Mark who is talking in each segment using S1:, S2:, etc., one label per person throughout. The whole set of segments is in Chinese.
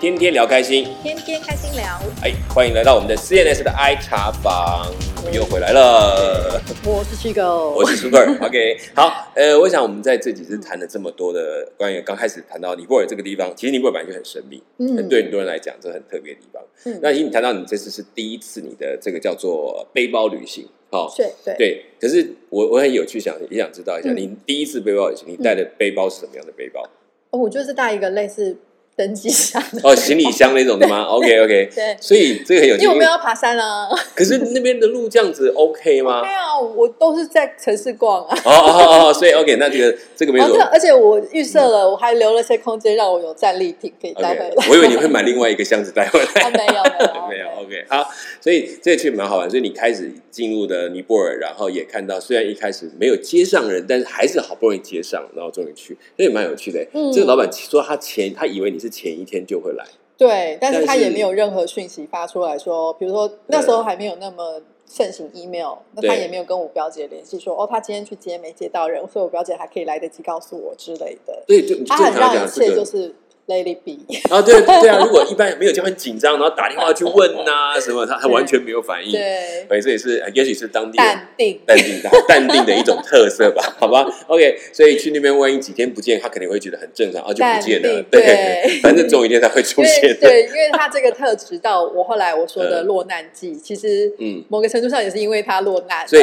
S1: 天聊开心。
S2: 天天开心聊，
S1: 哎，欢迎来到我们的 CNS 的 I 茶房，我们又回来 了。
S3: 我是去狗，
S1: 我是 Sugar，OK，、好，呃，我想我们在这几次谈了这么多的关于刚开始谈到尼泊尔这个地方，其实尼泊尔本来就很神秘，
S3: 嗯
S1: 对很多人来讲这很特别的地方。
S3: 嗯
S1: 那以你谈到你这次是第一次你的这个叫做背包旅行，好、哦，
S3: 对对
S1: 对，可是我我很有趣想也想知道一下，
S3: 嗯
S1: 你第一次背包旅行，你带的背包是什么样的背包？
S3: 哦我就是带一个类似登机箱 的，
S1: 哦，行李箱那种的吗？OK OK，
S3: 对，
S1: 所以这个很有趣，
S3: 因为我们要爬山啊，
S1: 可是那边的路这样子 OK 吗？
S3: 没有，啊我都是在城市逛啊，
S1: 哦哦哦哦，所以 OK，那这个这个没
S3: 然后
S1: 有
S3: 哦这。而且我预设了，我还留了些空间让我有战利品可以带回
S1: OK，
S3: 来，
S1: 我以为你会买另外一个箱子带回来。
S3: 啊没有
S1: 没
S3: 没
S1: 有
S3: 有
S1: OK，好，所以这确实蛮好玩。所以你开始进入的尼泊尔，然后也看到，虽然一开始没有接上人，但是还是好不容易接上，然后终于去，这也蛮有趣的。
S3: 嗯
S1: 这个老板说他前他以为你是前一天就会来，
S3: 对，但
S1: 但
S3: 是他
S1: 是
S3: 也没有任何讯息发出来说，比如说那时候还没有那么盛行 email，那他
S1: 对
S3: 也没有跟我表姐联系说，哦，他今天去接没接到人，所以我表姐还可以来得及告诉我之类的，
S1: 对，就正
S3: 他很
S1: 常来
S3: 让一
S1: 讲
S3: 切
S1: 这
S3: 就
S1: 个
S3: 是 Lady B，
S1: 啊，对对啊，如果一般没有这样很紧张，然后打电话去问呐、什么，他他完全没有反应。
S3: 对，
S1: 对，这也是哎也许是当地人
S3: 淡定，
S1: 淡定的淡定的一种特色吧， 好吧？OK，所以去那边万一几天不见，他肯定会觉得很正常，啊，就不见了。
S3: 淡定对
S1: 反正总有一天他会出
S3: 因为
S1: 现。
S3: 对，因为他这个特质到我后来我说的
S1: 嗯
S3: 落难记，其实
S1: 嗯
S3: 某个程度上也是因为他落难，
S1: 所以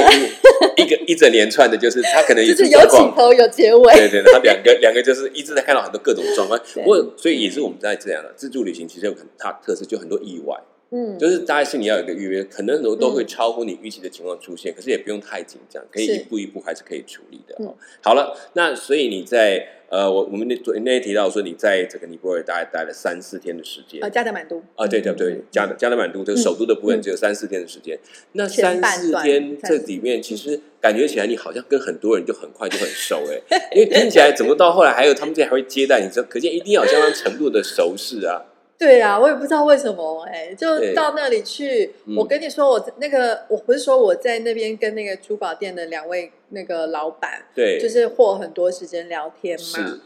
S1: 一一个一整连串的，就是他 可能一
S3: 就
S1: 直
S3: 是有
S1: 状
S3: 起
S1: 况。
S3: 头有结尾，
S1: 对对，对他两个两个就是一直在看到很多各种状况，
S3: 对
S1: 不过所以也是我们在这样的自助旅行，其实有很大特色，就很多意外，
S3: 嗯，
S1: 就是大家心里要有一个预约，可能很多都会超乎你预期的情况出现，可是也不用太紧张，可以
S3: 是
S1: 一步一步还是可以处理的。哦
S3: 嗯
S1: 好了，那所以你在呃，我我们那昨那天提到说你在整个尼泊尔大概待了三四天的时间
S3: 呃，加嗯德满都
S1: 啊，对对对，加德加德满都这个首都的部分只有三四天的时间，那三
S3: 前半
S1: 四
S3: 段
S1: 天这里面
S3: 嗯
S1: 其实感觉起来你好像跟很多人就很快就很熟哎、因为听起来怎么到后来还有他们这还会接待你，这可见一定要有相当程度的熟识啊。
S3: 对啊，我也不知道为什么哎、
S1: 对
S3: 就到那里去
S1: 嗯。
S3: 我跟你说，我那个我不是说我在那边跟那个珠宝店的两位那个老板，
S1: 对，
S3: 就是获很多时间聊天
S1: 是
S3: 嘛。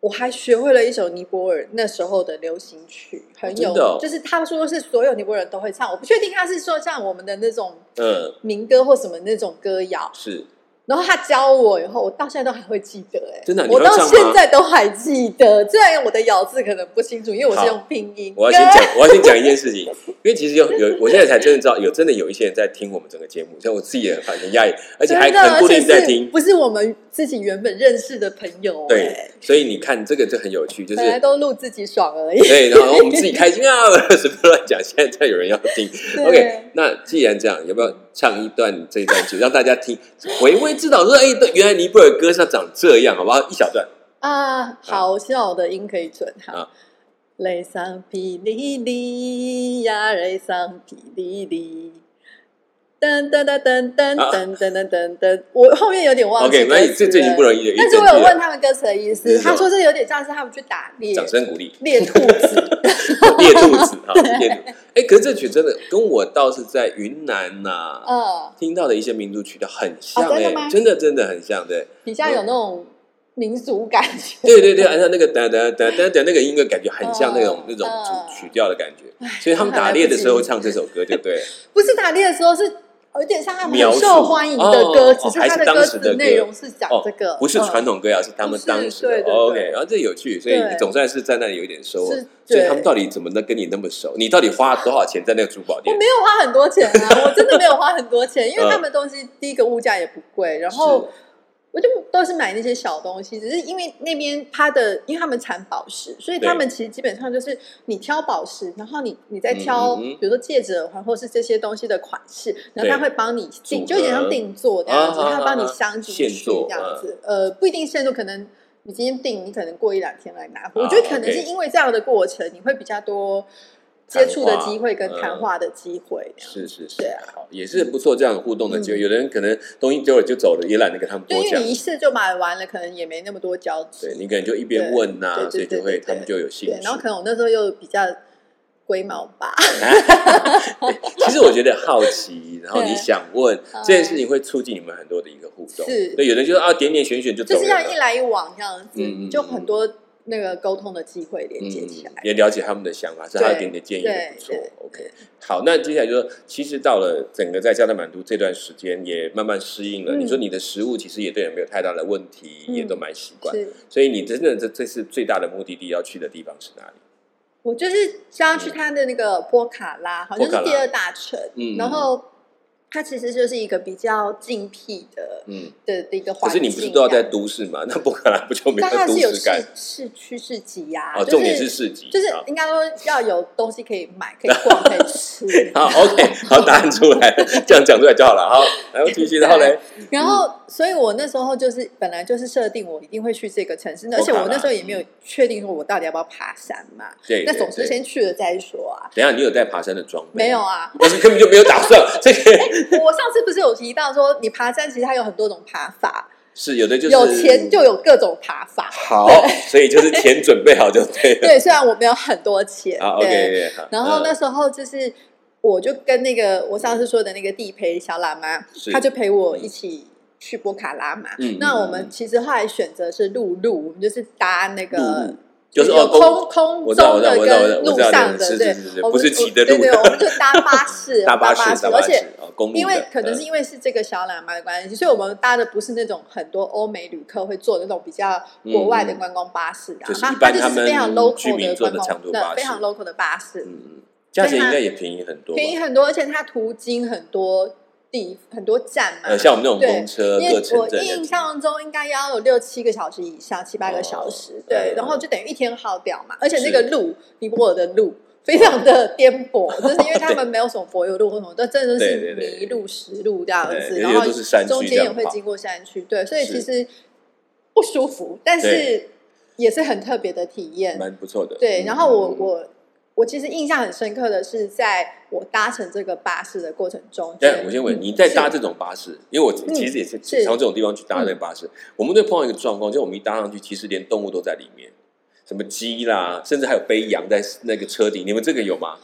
S3: 我还学会了一首尼泊尔那时候的流行曲，很有，
S1: 真的哦
S3: 就是他们说是所有尼泊尔人都会唱，我不确定他是说像我们的那种
S1: 嗯，
S3: 民歌或什么那种歌谣。
S1: 是
S3: 然后他教我以后，我到现在都还会记得、哎，
S1: 真的啊你
S3: 我
S1: 会
S3: 到
S1: 唱吗
S3: 现在都还记得。虽然我的咬字可能不清楚，因为我
S1: 好
S3: 是用拼音。
S1: 我要先讲，我要先讲一件事情，因为其实有有，我现在才真的知道，有真的有一些人在听我们整个节目，像我自己也很很压抑，而且还
S3: 真的，
S1: 很
S3: 而
S1: 固
S3: 且
S1: 定在
S3: 是
S1: 听。
S3: 不是我们自己原本认识的朋友、哎
S1: 对，所以你看这个就很有趣，就是
S3: 本来都录自己爽而已。
S1: 对，然后我们 自己开心啊，随便乱讲。现在有人要听
S3: 对
S1: ，OK。那既然这样，要不要唱一段这一段曲，让大家听，回味知道说，哎，对原来尼泊尔歌是要长这样，好不好？一小段，
S3: 啊，好笑的音可以准哈
S1: 啊。
S3: 雷桑霹雳哩呀，雷桑霹雳哩。噔噔噔噔噔
S1: 啊
S3: 噔噔噔噔噔，我后面有点忘
S1: OK，
S3: 记歌词了。
S1: 那这这已经不容易了
S3: 但是
S1: 有一整句
S3: 我有
S1: 了
S3: 问他们歌词的意
S1: 是
S3: 思，
S1: 什么
S3: 他说这有点像是他们去打猎，
S1: 掌声鼓励。
S3: 猎兔 子。
S1: 猎兔 子啊，猎兔。哎，可是这曲真的跟我倒是在云南呐，
S3: 嗯，
S1: 听到的一些民族曲调很像
S3: 哦真
S1: 哎、
S3: 的吗
S1: 真的真的很像，对，
S3: 比较有那种民俗感觉。
S1: 对对对，按照那个哒哒哒哒哒那个音乐，感觉很像那种、
S3: 嗯
S1: 那种
S3: 嗯
S1: 曲曲调的感觉，所以他们打猎的时候唱这首歌，就对了，
S3: 不是打猎的时候是有点像他们
S1: 描述
S3: 很受欢迎的歌，
S1: 哦
S3: 只是
S1: 还是
S3: 它的
S1: 当
S3: 歌
S1: 时的
S3: 词
S1: 歌哦
S3: 内容是讲这个，
S1: 不是传
S3: 统，
S1: 统歌啊谣，是他们当时的。哦
S3: 哦不是对对对
S1: OK，然后这有趣，所以
S3: 对
S1: 你总算是在那里有一点收获啊
S3: 是。
S1: 所以
S3: 对
S1: 他们到底怎么能跟你那么熟？你到底花了多少钱在那个珠宝
S3: 我
S1: 店？
S3: 没有花很多钱 啊，我真的没有花很多钱，因
S1: 嗯
S3: 为他们东西第一个物价也不贵，然后我就都是买那些小东西，只是因为那边它的，因为他们产宝石，所以
S1: 对
S3: 他们其实基本上就是你挑宝石，然后你你再挑，
S1: 嗯嗯嗯
S3: 比如说戒指、耳环或是这些东西的款式，然
S1: 对
S3: 后他会帮你
S1: 组
S3: 定，
S1: 合
S3: 就有点像定做那样子，
S1: 啊啊啊
S3: 他帮你镶进
S1: 现
S3: 去
S1: 做嗯
S3: 这样子，呃，不一定现做，可能。你今天定，你可能过一两天来拿。我
S1: 啊
S3: 觉得可能
S1: OK
S3: 是因为这样的过程，你会比较多接触的
S1: 谈话
S3: 机会跟
S1: 嗯
S3: 谈话的机会。这
S1: 是
S3: 样
S1: 是是
S3: 对啊，
S1: 好也是不错这样的互动的机会。
S3: 嗯
S1: 有的人可能东西丢了就走了，也懒得跟他们
S3: 对，
S1: 多
S3: 因
S1: 讲
S3: 为你。一次就买完了，可能也没那么多交集。
S1: 对你可能就一边问呐、
S3: 对对对
S1: 所以就会
S3: 对对对
S1: 他们就有兴
S3: 对，然后
S1: 趣。
S3: 可能我那时候又比较龟毛吧，
S1: 其实我觉得好 奇，然后你想问
S3: 嗯
S1: 这件事情，会促进你们很多的一个互动。
S3: 是
S1: 对，有的人就说啊，点点选选就走
S3: 就是
S1: 人
S3: 要一
S1: 了。
S3: 来一往这样子，
S1: 嗯嗯嗯嗯
S3: 就很多那个沟通的机会连接起来。
S1: 也了解他们的想法，所以他
S3: 对
S1: 给你的建议也不错
S3: 对对。
S1: OK，好，那接下来就是，其实到了整个在加德满都这段时间，也慢慢适应了。
S3: 嗯
S1: 你说你的食物其实也对你没有太大的问题，
S3: 嗯
S1: 也都蛮习惯，
S3: 是
S1: 所以你真的这这次最大的目的地要去的地方是哪里？
S3: 我就是想要去它的那个波卡拉，好
S1: 嗯
S3: 像
S1: 波卡
S3: 是
S1: 拉
S3: 第二大城，
S1: 嗯
S3: 然后它其实就是一个比较静僻的
S1: 嗯，
S3: 的的一个
S1: 可
S3: 环
S1: 是
S3: 境。
S1: 你不是都要在都市嘛？ 那不可能不就没
S3: 但它
S1: 都
S3: 是有
S1: 市
S3: 市
S1: 感？
S3: 市区市集呀、
S1: 哦，
S3: 就
S1: 重点是市集，
S3: 就是
S1: 啊
S3: 应该说要有东西可以买，可以逛，可以吃。
S1: 好，OK，好，答案出来了， 这样讲出来就好了。好，然后继续，然后嘞，
S3: 然
S1: 嗯
S3: 后，所以我那时候就是本来就是设定我一定会去这个城市，而且我那时候也没有确定说我到底要不要爬山嘛。
S1: 对，
S3: 那
S1: 对
S3: 总
S1: 嗯
S3: 之
S1: 对
S3: 先去了再说啊。
S1: 等一下你有带爬山的装备？
S3: 没有，啊，
S1: 但是根本就没有打算。这个
S3: 我上次不是有提到说，你爬山其实它有很多种爬法，
S1: 是有的，就是
S3: 有钱就有各种爬 法。
S1: 好，所以就是钱准备好就对了。
S3: 对，虽然我没有很多 钱，
S1: 好
S3: 对。
S1: 啊，OK，好
S3: 然后那
S1: 嗯
S3: 时候就是，我就跟那个我上次说的那个地陪小喇嘛
S1: 是，
S3: 他就陪我一起去波卡拉嘛。
S1: 嗯
S3: 那
S1: 嗯
S3: 我们其实后来选择是陆路，我们就是搭那
S1: 陆
S3: 个
S1: 嗯路。就是
S3: 有
S1: 哦，
S3: 空
S1: 公
S3: 空
S1: 我知道
S3: 中的
S1: 我知道我知道
S3: 跟
S1: 我
S3: 路
S1: 知道
S3: 上
S1: 是
S3: 的，
S1: 是
S3: 对
S1: 是是，
S3: 我们
S1: 不是
S3: 我
S1: 骑的
S3: 对
S1: 路
S3: 对，
S1: 的
S3: 我们就 搭巴士，
S1: 搭
S3: 巴
S1: 巴士，搭
S3: 而
S1: 巴士
S3: 且，
S1: 哦公路的，
S3: 因为可能
S1: 嗯
S3: 是因为是这个小喇嘛的关系，所以我们搭的不是那种很多欧美旅客会坐的那种比较国外的观光巴士
S1: 嗯
S3: 啊
S1: 嗯嗯就是，
S3: 它
S1: 一般
S3: 它就是非常
S1: 他们居
S3: local
S1: 民
S3: 的
S1: 坐
S3: 观
S1: 的长
S3: 光，
S1: 途巴士
S3: 对，非常 local 的巴士，
S1: 嗯，价
S3: 啊
S1: 钱应该也便宜很多吧，
S3: 便宜很多，而且它途经很多地很多站嘛
S1: 呃，，像我们那种
S3: 对
S1: 公车
S3: 因
S1: 各
S3: 为
S1: 城
S3: 我
S1: 镇
S3: 印
S1: 的，
S3: 象中应该要有六七个小时以上，七八个小时，
S1: 哦
S3: 对
S1: 嗯，
S3: 然后就等于一天耗掉嘛。而且那
S1: 是
S3: 个路，尼泊尔的路非常的颠簸，就是因为他们没有什么柏油路或什么，这真的
S1: 对对
S3: 是
S1: 对
S3: 迷路、石路这样
S1: 对
S3: 子，
S1: 有
S3: 然
S1: 些
S3: 后
S1: 都是山区
S3: 中
S1: 这
S3: 间也
S1: 样
S3: 会
S1: 跑
S3: 经过山区，对，所以
S1: 是
S3: 其实不舒服，但
S1: 对
S3: 是也是很特别的体验。
S1: 蛮不错的。
S3: 对，
S1: 嗯
S3: 然后我我我其实印象很深刻的是，在我搭乘这个巴士的过程中，
S1: 但我先问
S3: 嗯
S1: 你，在
S3: 是嗯
S1: 搭这种巴士，因为我其实也是
S3: 是嗯
S1: 从这种地方去搭那个巴士，我们都碰到一个状况，就我们一搭上去，其实连动物都在里面，什么鸡啦，甚至还有背羊在那个车底。你们这个有吗？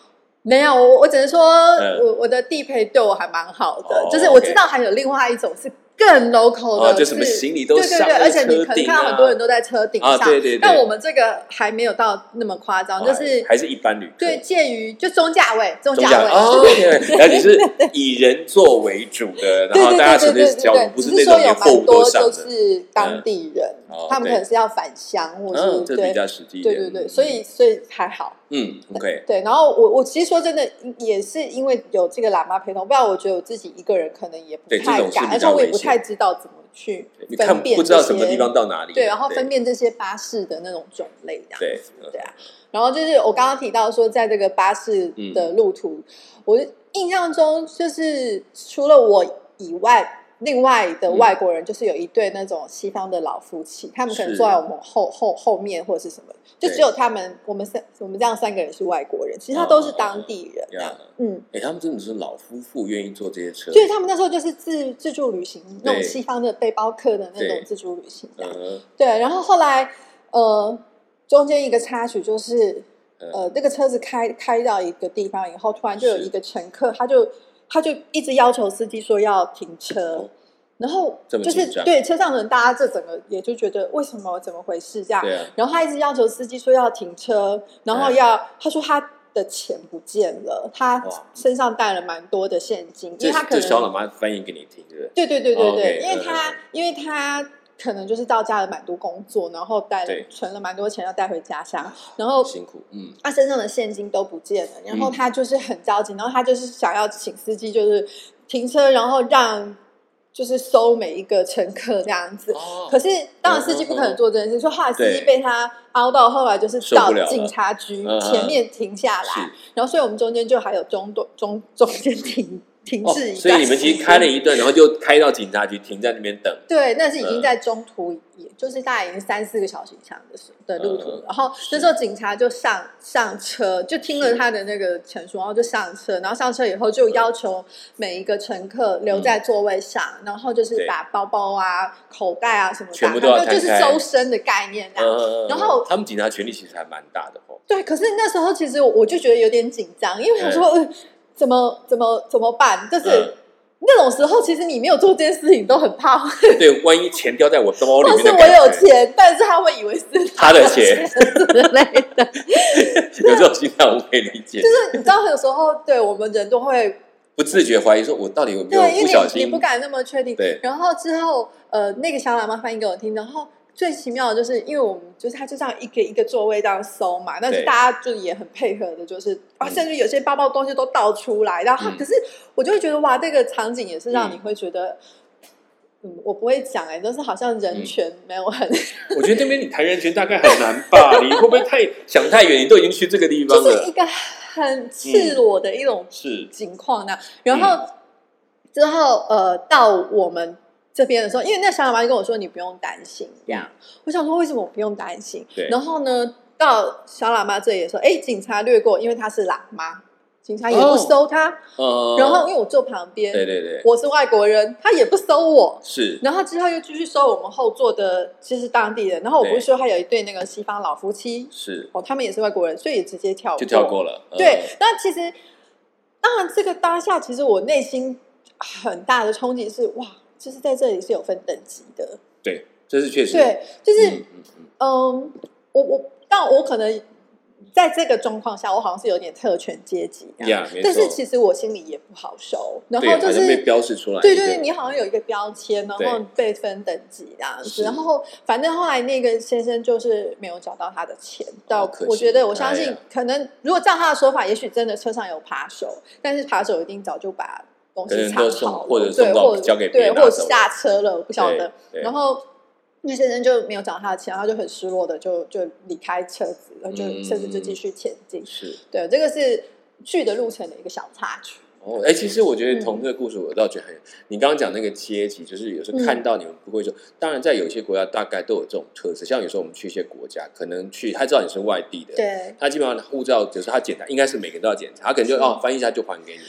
S3: 没有，我我只能说，
S1: 嗯
S3: 我我的地陪对我还蛮好的，
S1: 哦
S3: 就是我
S1: OK
S3: 知道还有另外一种是更 local 的，
S1: 啊，就什么行李都
S3: 对对
S1: 上
S3: 对，
S1: 了
S3: 而且
S1: 车
S3: 你可能
S1: 顶
S3: 看到
S1: 啊
S3: 很多人都在车顶上，
S1: 啊对对对
S3: 但我们这个还没有到那么夸张，就
S1: 哎
S3: 是
S1: 还是一般旅客。
S3: 对，介于就中价位，中
S1: 中
S3: 价
S1: 间
S3: 位，
S1: 哦
S3: 就是
S1: ，OK，然后你是以人做为主的，然
S3: 对
S1: 后
S3: 对
S1: 大家
S3: 对
S1: 纯
S3: 对
S1: 粹
S3: 对
S1: 是小
S3: 对，
S1: 不
S3: 只
S1: 是
S3: 是
S1: 那种
S3: 说有
S1: 连货
S3: 蛮
S1: 物都
S3: 多
S1: 上
S3: 就
S1: 的，
S3: 是当地人
S1: 哦，
S3: 他们
S1: 对
S3: 可能是要返乡或
S1: 嗯，
S3: 是
S1: 这比
S3: 对
S1: 较实际一
S3: 对
S1: 点。
S3: 对对，所以所以还好。
S1: 嗯，OK，
S3: 对，然后我我其实说真的，也是因为有这个喇嘛陪同，不然我觉得我自己一个人可能也不
S1: 对
S3: 太
S1: 这种是
S3: 敢，
S1: 比
S3: 而且
S1: 较
S3: 我也
S1: 危
S3: 不
S1: 险
S3: 太知道怎么去
S1: 你看
S3: 分辨
S1: 不知道
S3: 这
S1: 什么
S3: 些
S1: 地方到哪里，
S3: 对，然后分辨这些巴士的那种种类这样
S1: 对
S3: 子。
S1: 嗯
S3: 对啊，然后就是我刚刚提到说，在这个巴士
S1: 嗯
S3: 的路途，我印象中就是除了我以外。另外的外国人就是有一对那种西方的老夫妻，他们可能
S1: 是
S3: 坐在我们后后后面或者是什么，就
S1: 对
S3: 只有他们我们三我们这样三个人是外国人，其实他都是当地人这样
S1: 啊呀。
S3: 嗯，
S1: 哎、他们真的是老夫妇愿意坐这些车，
S3: 所以他们那时候就是自自助旅行，那种
S1: 对
S3: 西方的背包客的那
S1: 对
S3: 种自助旅行这样。
S1: 嗯
S3: 对，然后后来呃，中间一个插曲就是，
S1: 嗯
S3: 呃，那个车子开开到一个地方以后，突然就有
S1: 是
S3: 一个乘客，他就他就一直要求司机说要停
S1: 哦
S3: 车，然后
S1: 这么
S3: 就
S1: 紧
S3: 是
S1: 张
S3: 对车上的人，大家这整个也就觉得为什么怎么回事这样，
S1: 对哎啊，
S3: 然后他一直要求司机说要停车，然后要、他说他。的钱不见了，他
S1: 哇
S3: 身上带了蛮多的现金，因
S1: 这
S3: 为他可
S1: 这
S3: 能
S1: 小老妈翻译给你听，对不对？
S3: 对对对对
S1: 哦
S3: 对，
S1: ，OK，
S3: 因为他、
S1: 嗯
S3: 因为他可能就是到家了蛮多工作，然后带
S1: 对啊
S3: 了存了蛮多钱要带回家乡，然后
S1: 辛苦，嗯，
S3: 他身上的现金都不见了，然后
S1: 嗯
S3: 他就是很着急，然后他就是想要请司机就是停车，然后让就是收每一个乘客这样子。
S1: 哦嗯
S3: 可是当然司机不可能做这件事，说后来司机
S1: 对
S3: 被他凹到后来就是
S1: 受
S3: 到
S1: 不了了
S3: 警察局
S1: 嗯嗯
S3: 前面停下来，
S1: 是
S3: 然后所以我们中间就还有中断中中间停停
S1: 哦
S3: 滞一段时
S1: 所
S3: 间、，
S1: 以你们其实开了一段，然后就开到警察局，停在那边等，
S3: 对，那是已
S1: 嗯
S3: 经在中途，也就是大概已经三四个小时以上的时的路途。
S1: 嗯
S3: 然后那时候警察就上上车，就听了他的那个陈述，然后就上车，然后上车以后
S1: 嗯
S3: 就要求每一个乘客留在座位上，然后就是
S1: 对
S3: 把包包啊、口袋啊什么
S1: 全
S3: 打
S1: 部
S3: 开，
S1: 都要
S3: 就就是
S1: 摊开
S3: 搜身的概念啊。
S1: 嗯，
S3: 然后
S1: 他们警察权力其实还蛮大的哦，
S3: 对，可是那时候其实我就觉得有点紧张，因为我想说、呃、怎么怎么怎么办，就
S1: 嗯
S3: 是。
S1: 嗯
S3: 那种时候，其实你没有做这件事情都很怕，或
S1: 对，万一钱掉在我包里面
S3: 者哦是
S1: 的
S3: 我
S1: 感
S3: 有
S1: 觉，
S3: 钱，但是他会以为是
S1: 他的钱
S3: 钱之类 的。
S1: 有这种心态我可以理解，
S3: 就是你知道，有时候对我们人都会
S1: 不自觉怀疑说，我到底有没有
S3: 对，因
S1: 不
S3: 为
S1: 小
S3: 你
S1: 心
S3: 你不敢那么确定。
S1: 对
S3: 然后之后，呃，那个小喇嘛翻译给我听，然后最奇妙的就是，因为我们就是他就这样一个一个座位这样搜嘛，但是
S1: 对
S3: 大家就也很配合的，就是啊，
S1: 嗯
S3: 甚至有些包包东西都倒出来，然后他、
S1: 嗯
S3: 可是我就会觉得哇，这个场景也是让
S1: 嗯
S3: 你会觉得。嗯，我不会讲哎、但是好像
S1: 嗯
S3: 人权没有很，
S1: 我觉得这边你谈人权大概很难 吧？你会不会太想太远？你都已经去这个地方
S3: 就是一
S1: 了，
S3: 个
S1: 嗯
S3: 很赤裸的一种
S1: 是
S3: 情况呢。然后、
S1: 嗯
S3: 之后呃，到我们这边的时候，因为那小喇叭就跟我说你不用担心这样，我想说为什么我不用担心？
S1: 嗯对
S3: 然后呢，到小喇嘛这里的时候，哎，警察掠过，因为他是喇嘛，警察也不收他。
S1: 呃，
S3: 然后因为我坐旁边，
S1: 对对对，
S3: 我是外国人，他也不收我。
S1: 是
S3: 然后之后又继续收我们后座的，就是当地人。然后我不
S1: 对
S3: 是说他有一对那个西方老夫妻，
S1: 是
S3: 哦，他们也是外国人，所以也直接跳
S1: 就跳过了，呃
S3: 对，那其实当然这个当下，其实我内心很大的冲击是哇，就是在这里是有分等级的，
S1: 对，这是确实，
S3: 对，就是
S1: 嗯嗯嗯
S3: 嗯我我但我可能在这个状况下，我好像是有点特权阶级这样，
S1: 呀，没
S3: 但是
S1: 错，
S3: 其实我心里也不好受，然
S1: 对，
S3: 后
S1: 好
S3: 就
S1: 像被
S3: 是。
S1: 标示出来，
S3: 对对对，你好像有一个标签，然后
S1: 对
S3: 被分等级这样
S1: 是
S3: 子，然后反正后来那个先生就是没有找到他的钱，到
S1: 可惜
S3: 我觉得我相
S1: 哎
S3: 信
S1: 呀，
S3: 可能如果照他的说法，也许真的车上有扒手，但是扒手一定早就把东
S1: 可
S3: 西
S1: 能
S3: 藏
S1: 都送
S3: 好了，
S1: 或者送
S3: 对，
S1: 到
S3: 或
S1: 交给别
S3: 对，
S1: 人
S3: 或者
S1: 拿走
S3: 下车了，我不晓得。
S1: 对，
S3: 然
S1: 后
S3: 后那先生就没有找他的钱，然后就很失落的就就离开车子，然后就
S1: 嗯
S3: 甚至就继续前进。
S1: 是。
S3: 对，这个是去的路程的一个小插曲。
S1: 哦，哎、其实我觉得
S3: 嗯
S1: 从这个故事，我倒觉得很，你刚刚讲那个阶级，就是有时候看到你们不会说，当然在有些国家大概都有这种特色，像有时候我们去一些国家，可能去他知道你是外地的，
S3: 对，
S1: 他基本上护照就是他检查，应该是每个人都要检查，他可能就是哦翻译一下就还给你，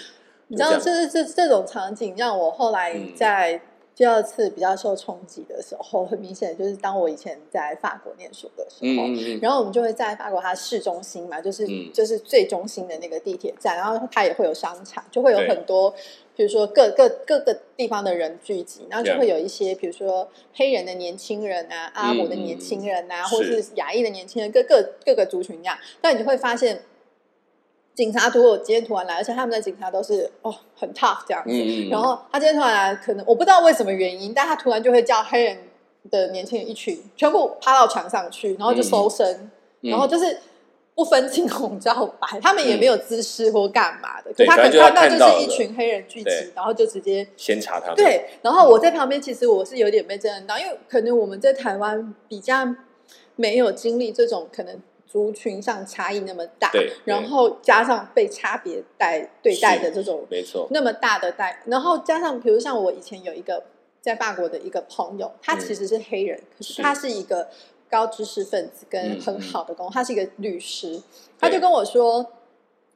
S3: 你
S1: 就
S3: 知道，
S1: 这
S3: 这
S1: 样
S3: 是这这种场景让我后来
S1: 嗯
S3: 在第二次比较受冲击的时候，很明显就是当我以前在法国念书的时候。
S1: 嗯嗯嗯，
S3: 然后我们就会在法国它市中心嘛，就是、
S1: 嗯
S3: 就是最中心的那个地铁站，然后它也会有商场，就会有
S1: 对
S3: 很多，比如说各各各个地方的人聚集，然后就
S1: Yeah
S3: 会有一些，比如说黑人的年轻人啊，阿拉伯的年轻人啊，
S1: 嗯
S3: 或
S1: 是
S3: 是亚裔的年轻人，各各各个族群一样，那你就会发现。警察如果今天突然来，而且他们的警察都是哦很 tough 这样子，
S1: 嗯嗯嗯
S3: 然后他今天突然来，可能我不知道为什么原因，但他突然就会叫黑人的年轻人一群全部趴到墙上去，然后就搜身，
S1: 嗯
S3: 然后就是不分青红皂白，他们也没有滋事或干嘛的，
S1: 对
S3: 可他可
S1: 反正就
S3: 能
S1: 他
S3: 看到
S1: 看到
S3: 就
S1: 了
S3: 是一群黑人聚
S1: 对
S3: 集，然后就直接
S1: 先查他们，
S3: 对，然后我在旁边，其实我是有点被震撼到，因为可能我们在台湾比较没有经历这种可能族群上差异那么大，
S1: 对对
S3: 然后加上被差别待对待
S1: 是
S3: 的这种
S1: 没错，
S3: 那么大的待，然后加上比如像我以前有一个在法国的一个朋友，他
S1: 嗯
S3: 其实是黑人，可
S1: 是
S3: 是他是一个高知识分子
S1: 嗯
S3: 跟很
S1: 嗯
S3: 好的工，他是一个律师，他就跟我说，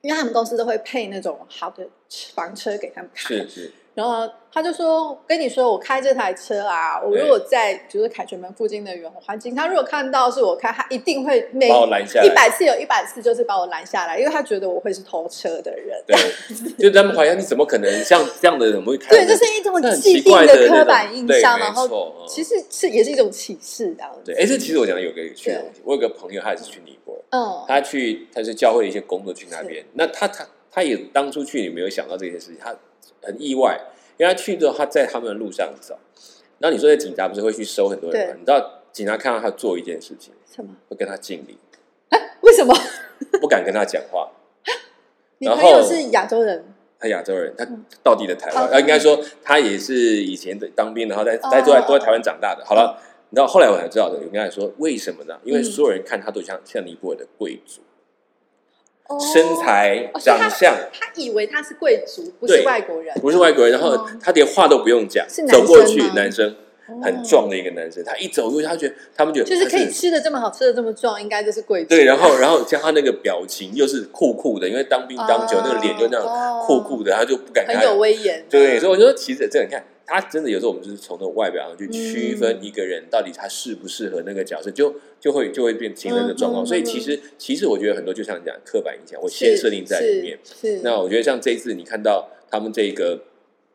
S3: 因为他们公司都会配那种好的房车给他们开，
S1: 是是，
S3: 然后他就说：“跟你说，我开这台车啊，我
S1: 对
S3: 如果在比如说凯旋门附近的圆环境，他如果看到是我开，他一定会每
S1: 把我拦下
S3: 一
S1: 来，
S3: 百次有一百次就是把我拦下来，因为他觉得我会是偷车的人。
S1: 对， 就他们怀疑你怎么可能像这样的人怎么会开
S3: 对，
S1: 门？
S3: 这是一种
S1: 嗯这很
S3: 既
S1: 奇
S3: 定
S1: 怪那种
S3: 刻板印
S1: 对
S3: 象，
S1: 没
S3: 然后
S1: 错嗯
S3: 其实是也是一种歧视这样子。
S1: 对，哎，这其实我讲有个有趣的
S3: 对
S1: 东西，我有个朋友他也是去尼泊尔，
S3: 嗯，
S1: 他去他是教会的一些工作去那边，那他他他也当初去也没有想到这件事情，他很意外，因为他去之后他在他们的路上走，然后你说那警察不是会去收很多人吗？
S3: 对
S1: 你知道警察看到他做一件事情，
S3: 什么？
S1: 会跟他敬礼，
S3: 为什么
S1: 不敢跟他讲话。
S3: 你
S1: 然
S3: 朋友
S1: 后
S3: 是亚洲人？
S1: 他亚洲人，他
S3: 嗯
S1: 到地的台湾，
S3: 哦
S1: 呃，应该说他也是以前的当兵，然后在
S3: 哦
S1: 在都在
S3: 哦
S1: 都在台湾长大的。好了，你知道后来我才知道的，有跟他说为什么呢？因为
S3: 嗯
S1: 所有人看他都像像尼泊尔的贵族，
S3: 哦
S1: 身材、
S3: 哦所
S1: 长
S3: 以他
S1: 相，
S3: 他以为他是贵族，不是
S1: 对
S3: 外国人，
S1: 不是外国人，然后
S3: 哦
S1: 他连话都不用讲，
S3: 是男
S1: 走过
S3: 生
S1: 去
S3: 吗，
S1: 男生
S3: 哦
S1: 很壮的一个男生，他一走过去，他觉得他们觉得
S3: 就是
S1: 他
S3: 可以吃的这么好，吃的这么壮，应该就是贵族。
S1: 对，然后然后加他那个表情又是酷酷的，因为当兵当久，
S3: 哦
S1: 那个脸就那样酷酷的，他就不敢跟
S3: 很
S1: 他
S3: 有威严。啊
S1: 对，呃所以我就说，其实这你看，他真的有时候我们就是从那种外表上去区分
S3: 嗯
S1: 一个人到底他适不适合那个角色，就就会就会变形成这个状况。
S3: 嗯嗯
S1: 所以其实其实我觉得很多就像你讲的刻板印象，我先设定在里面。
S3: 是。是
S1: 那我觉得像这一次你看到他们这个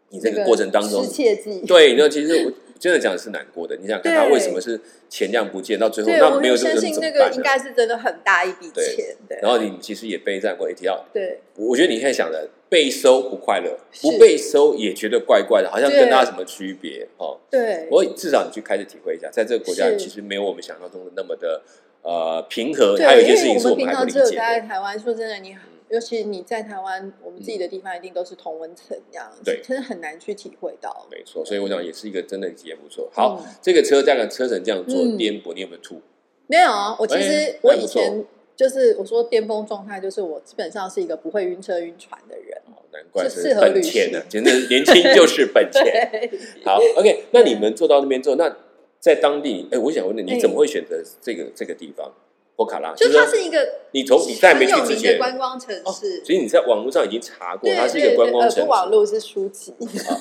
S1: 你这个过程当中
S3: 失，窃记，
S1: 对，那其实我真的讲是难过的。你想看他
S3: 对
S1: 为什么是钱量不见，到最后
S3: 对，
S1: 那
S3: 我
S1: 没有
S3: 很
S1: 这个
S3: 相
S1: 人
S3: 信
S1: 怎么
S3: 那个
S1: 办
S3: 应
S1: 呢？
S3: 该是真的很大一笔
S1: 对
S3: 钱，对，
S1: 然后你其实也备战过 ATL，
S3: 对
S1: 我觉得你现在想的被收不快乐，
S3: 是
S1: 不被收也觉得怪怪的，好像
S3: 对
S1: 跟大家什么区别哦。
S3: 对，
S1: 我至少你去开始体会一下，在这个国家
S3: 是
S1: 其实没有我们想象中的那么的呃平和，
S3: 对，
S1: 还有一件事情
S3: 因
S1: 是
S3: 为
S1: 我
S3: 我
S1: 们
S3: 平
S1: 还不
S3: 常
S1: 理
S3: 只有
S1: 解
S3: 在
S1: 的。嗯
S3: 台湾，说真的，你尤其你在台湾，我们自己的地方一定都是同温层这样子，
S1: 对
S3: 真的很难去体会到。
S1: 没错，所以我想也是一个真的也不错。好，
S3: 嗯
S1: 这个车价格车程这样做
S3: 嗯
S1: 颠簸，你有没有吐？
S3: 没有啊，我其
S1: 哎
S3: 实我
S1: 还不
S3: 以前就是我说巅峰状态，就是我基本上是一个不会晕车晕船的人。
S1: 哦难怪
S3: 就是适合
S1: 本
S3: 旅
S1: 钱
S3: 行
S1: 呢，真的年轻 就是本钱。
S3: 对，
S1: 好，OK，那你们做到那边之后，那在当地，哎，我想问你，你
S3: 哎
S1: 怎么会选择这个这个地方？博卡拉，
S3: 就
S1: 说
S3: 它是一个
S1: 你从你在没
S3: 很
S1: 去
S3: 有
S1: 之
S3: 名
S1: 前哦
S3: 的，观光城市。
S1: 所以你在网络上已经查过，
S3: 对
S1: 它是一
S3: 对
S1: 个观
S3: 对
S1: 光
S3: 呃
S1: 城
S3: 不网
S1: 市
S3: 络是书籍，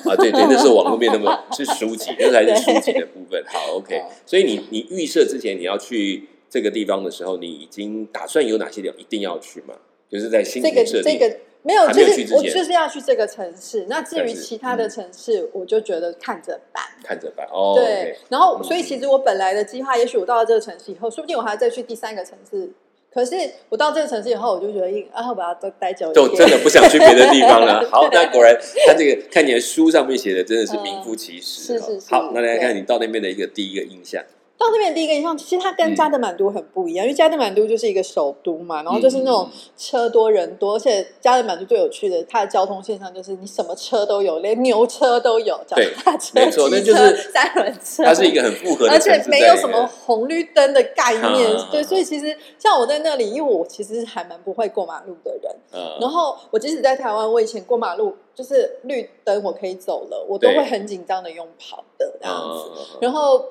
S1: 啊，对对，那是网络面那么是书籍，那才是书籍的部分。好，OK，
S3: 哦
S1: 所以你你预设之前你要去这个地方的时候，你已经打算有哪些地方一定要去吗？就是在心
S3: 这
S1: 里
S3: 个
S1: 设
S3: 这
S1: 定，
S3: 个没有，
S1: 还
S3: 就
S1: 没有去之
S3: 是我
S1: 前
S3: 就是要去这个城市。那至
S1: 但
S3: 于
S1: 是
S3: 其他的
S1: 嗯
S3: 城市，我就觉得看着办。
S1: 看着办哦。
S3: 对
S1: OK，，嗯
S3: 然后所以其实我本来的计划，也许我到了这个城市以后，说不定我还要再去第三个城市。可是我到这个城市以后，我就觉得，啊，我要多待久
S1: 就
S3: 一
S1: 真
S3: 点。
S1: 的不想去别的地方了。好，那果然他这个看起来书上面写的真的是名副其实。
S3: 嗯是是是
S1: 好，那来看
S3: 对
S1: 你到那边的一个第一个印象。
S3: 到那边第一个印象，其实它
S1: 嗯
S3: 跟加德满都很不一样，因为加德满都就是一个首都嘛，然后就是那
S1: 嗯
S3: 种车多人多，而且加德满都最有趣的，它的交通线上就是你什么车都有，连牛车都有，脚
S1: 对
S3: 踏车、
S1: 没错那
S3: 机车
S1: 就是
S3: 三轮车，
S1: 它是一个很复合的
S3: 而
S1: 城市在里
S3: 且
S1: 面，
S3: 没有什么红绿灯的概念
S1: 啊，
S3: 对，所以其实像我在那里，因为我其实还蛮不会过马路的人，
S1: 嗯。
S3: 然后我即使在台湾，我以前过马路就是绿灯我可以走了，我都
S1: 对
S3: 会很紧张的用跑的这样子，
S1: 嗯嗯嗯嗯
S3: 然后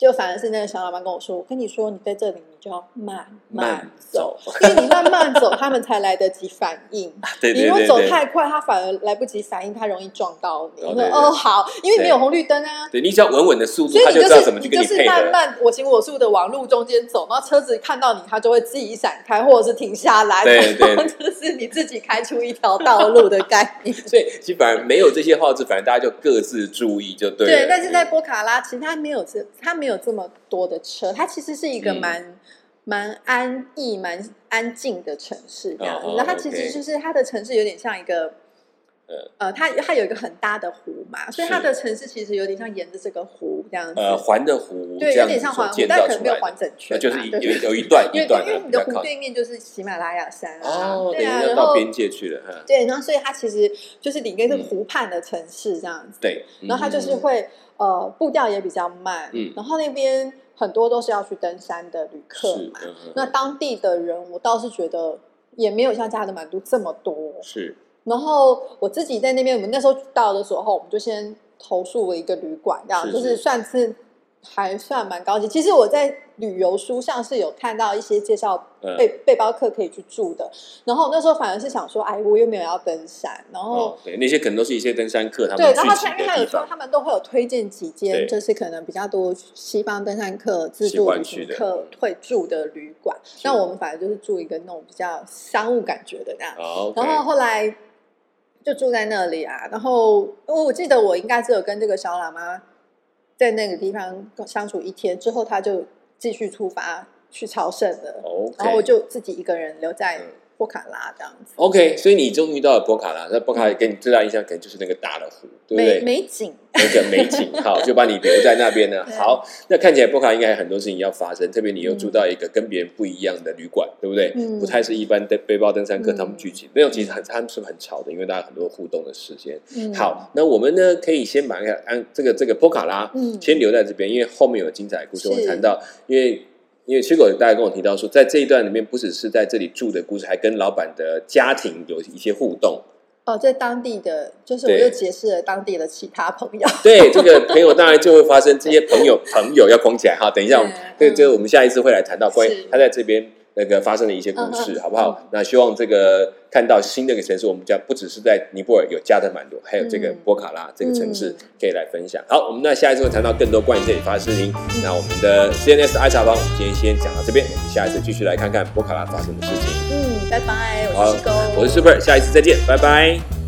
S3: 就反而是那个小老板跟我说：“我跟你说，你在这里你就要慢
S1: 慢
S3: 慢走，因为你慢慢走，他们才来得及反应。
S1: 对
S3: 你
S1: 对
S3: 如果
S1: 对
S3: 走
S1: 对，
S3: 太快，他反而来不及反应，他容易撞到你。
S1: 哦
S3: 我
S1: 对
S3: 说
S1: 对
S3: 哦好，因为
S1: 对
S3: 没有红绿灯啊。”
S1: 对你只要稳稳的速度
S3: 所以，
S1: 他
S3: 你就
S1: 知道
S3: 是
S1: 怎么去
S3: 你
S1: 跟
S3: 就
S1: 你
S3: 是
S1: 配
S3: 慢
S1: 合。
S3: 慢我行我素的往路中间走，然后车子看到你，它就会自己闪开，或者是停下来，
S1: 对对
S3: 然后 就是你自己开出一条道路的概念。
S1: 所以其实反而没有这些号志，反而大家就各自注意就对了。
S3: 对，但是在波卡拉，其实它没有这，它没有这么多的车，它其实是一个
S1: 嗯
S3: 蛮、蛮安逸、蛮安静的城市这样子
S1: 哦。
S3: 那、它
S1: OK
S3: 其实就是它的城市有点像一个。
S1: 呃
S3: 呃，它它有一个很大的湖嘛，所以
S1: 是
S3: 它的城市其实有点像沿着这个湖这样子，
S1: 呃环的湖
S3: 对，
S1: 这
S3: 有
S1: 样
S3: 点
S1: 子
S3: 像
S1: 所
S3: 环湖，
S1: 建
S3: 但
S1: 造
S3: 可能
S1: 出
S3: 没有
S1: 来
S3: 环
S1: 的，
S3: 整圈
S1: 那
S3: 嘛，
S1: 就是
S3: 对
S1: 有有一段一
S3: 因为
S1: 段
S3: 因为
S1: 的比
S3: 你的
S1: 较
S3: 湖
S1: 靠近。
S3: 对面就是喜马拉雅山啊，
S1: 哦，等
S3: 对
S1: 于
S3: 啊，
S1: 要
S3: 然
S1: 到
S3: 后
S1: 边界去了，嗯哈，
S3: 对，然后所以它其实就是里面是湖畔的城市这样子，
S1: 对，
S3: 然后它就是
S1: 嗯
S3: 会呃步调也比较慢，
S1: 嗯
S3: 然后那边很多都是要去登山的旅客
S1: 是
S3: 嘛，，
S1: 嗯嗯
S3: 那当地的人我倒是觉得也没有像加德满都这么多，
S1: 是
S3: 然后我自己在那边，我们那时候到的时候，我们就先投诉了一个旅馆，这样
S1: 是
S3: 就是
S1: 是
S3: 算是还算蛮高级。其实我在旅游书上是有看到一些介绍
S1: 嗯
S3: 背、背包客可以去住的，然后那时候反而是想说，哎，我又没有要登山，然后、
S1: 哦，对，那些可能都是一些登山客他
S3: 对，
S1: 们
S3: 然
S1: 聚
S3: 后
S1: 集
S3: 他因为他
S1: 的
S3: 有
S1: 地
S3: 说，
S1: 方，
S3: 他们都会有推荐几
S1: 对
S3: 间，就是可能比较多西方登山客自
S1: 喜
S3: 助
S1: 欢
S3: 旅
S1: 去
S3: 行
S1: 的
S3: 客会住的旅馆。那我们反正就是住一个那种比较商务感觉的那样。
S1: 哦，OK，
S3: 然后后来就住在那里啊。然后因为我记得我应该只有跟这个小喇嘛在那个地方相处一天之后，他就继续出发去朝圣了。
S1: OK，
S3: 然后我就自己一个人留在
S1: 嗯
S3: 波卡拉这样子，
S1: OK，所以你终于到了博卡拉，那博
S3: 嗯
S1: 卡拉给你最大印象可能就是那个大的湖，对不
S3: 美
S1: 对？
S3: 美景
S1: 那个美 景，好，就把你留在那边呢。
S3: 对
S1: 好，那看起来波卡应该很多事情要发生，特别你又
S3: 嗯
S1: 住到一个跟别人不一样的旅馆，对不对？
S3: 嗯
S1: 不太是一般的背包登山客
S3: 嗯
S1: 他们聚集，那种其实很他们是很吵的，因为大家很多互动的时间。
S3: 嗯
S1: 好，那我们呢可以先把那个安这个这个波卡拉
S3: 嗯
S1: 先留在这边，因为后面有精彩的故事
S3: 是
S1: 我会谈到，因为。因为缺口大家跟我提到说，在这一段里面，不只是在这里住的故事，还跟老板的家庭有一些互动。
S3: 哦，在当地的，就是我
S1: 对
S3: 又结识了当地的其他朋友，
S1: 对，这个朋友当然就会发生这些朋友朋友要框起来哈。等一下，我们这
S3: 对嗯
S1: 个这个我们下一次会来谈到关于
S3: 是
S1: 他在这边那个发生的一些故事，
S3: 嗯嗯
S1: 好不好？那希望这个看到新的一个城市，我们将不只是在尼泊尔有加德满都，还有这个
S3: 嗯
S1: 博卡拉这个城市
S3: 嗯
S1: 可以来分享。好，我们那下一次会谈到更多关于这里发生的事情。那我们的 CNS 爱茶坊，我们今天先讲到这边，我们下一次继续来看看博卡拉发生的事情。
S3: 嗯，拜拜，
S1: 好
S3: 我是西工，
S1: 我是 Super，下一次再见，拜拜。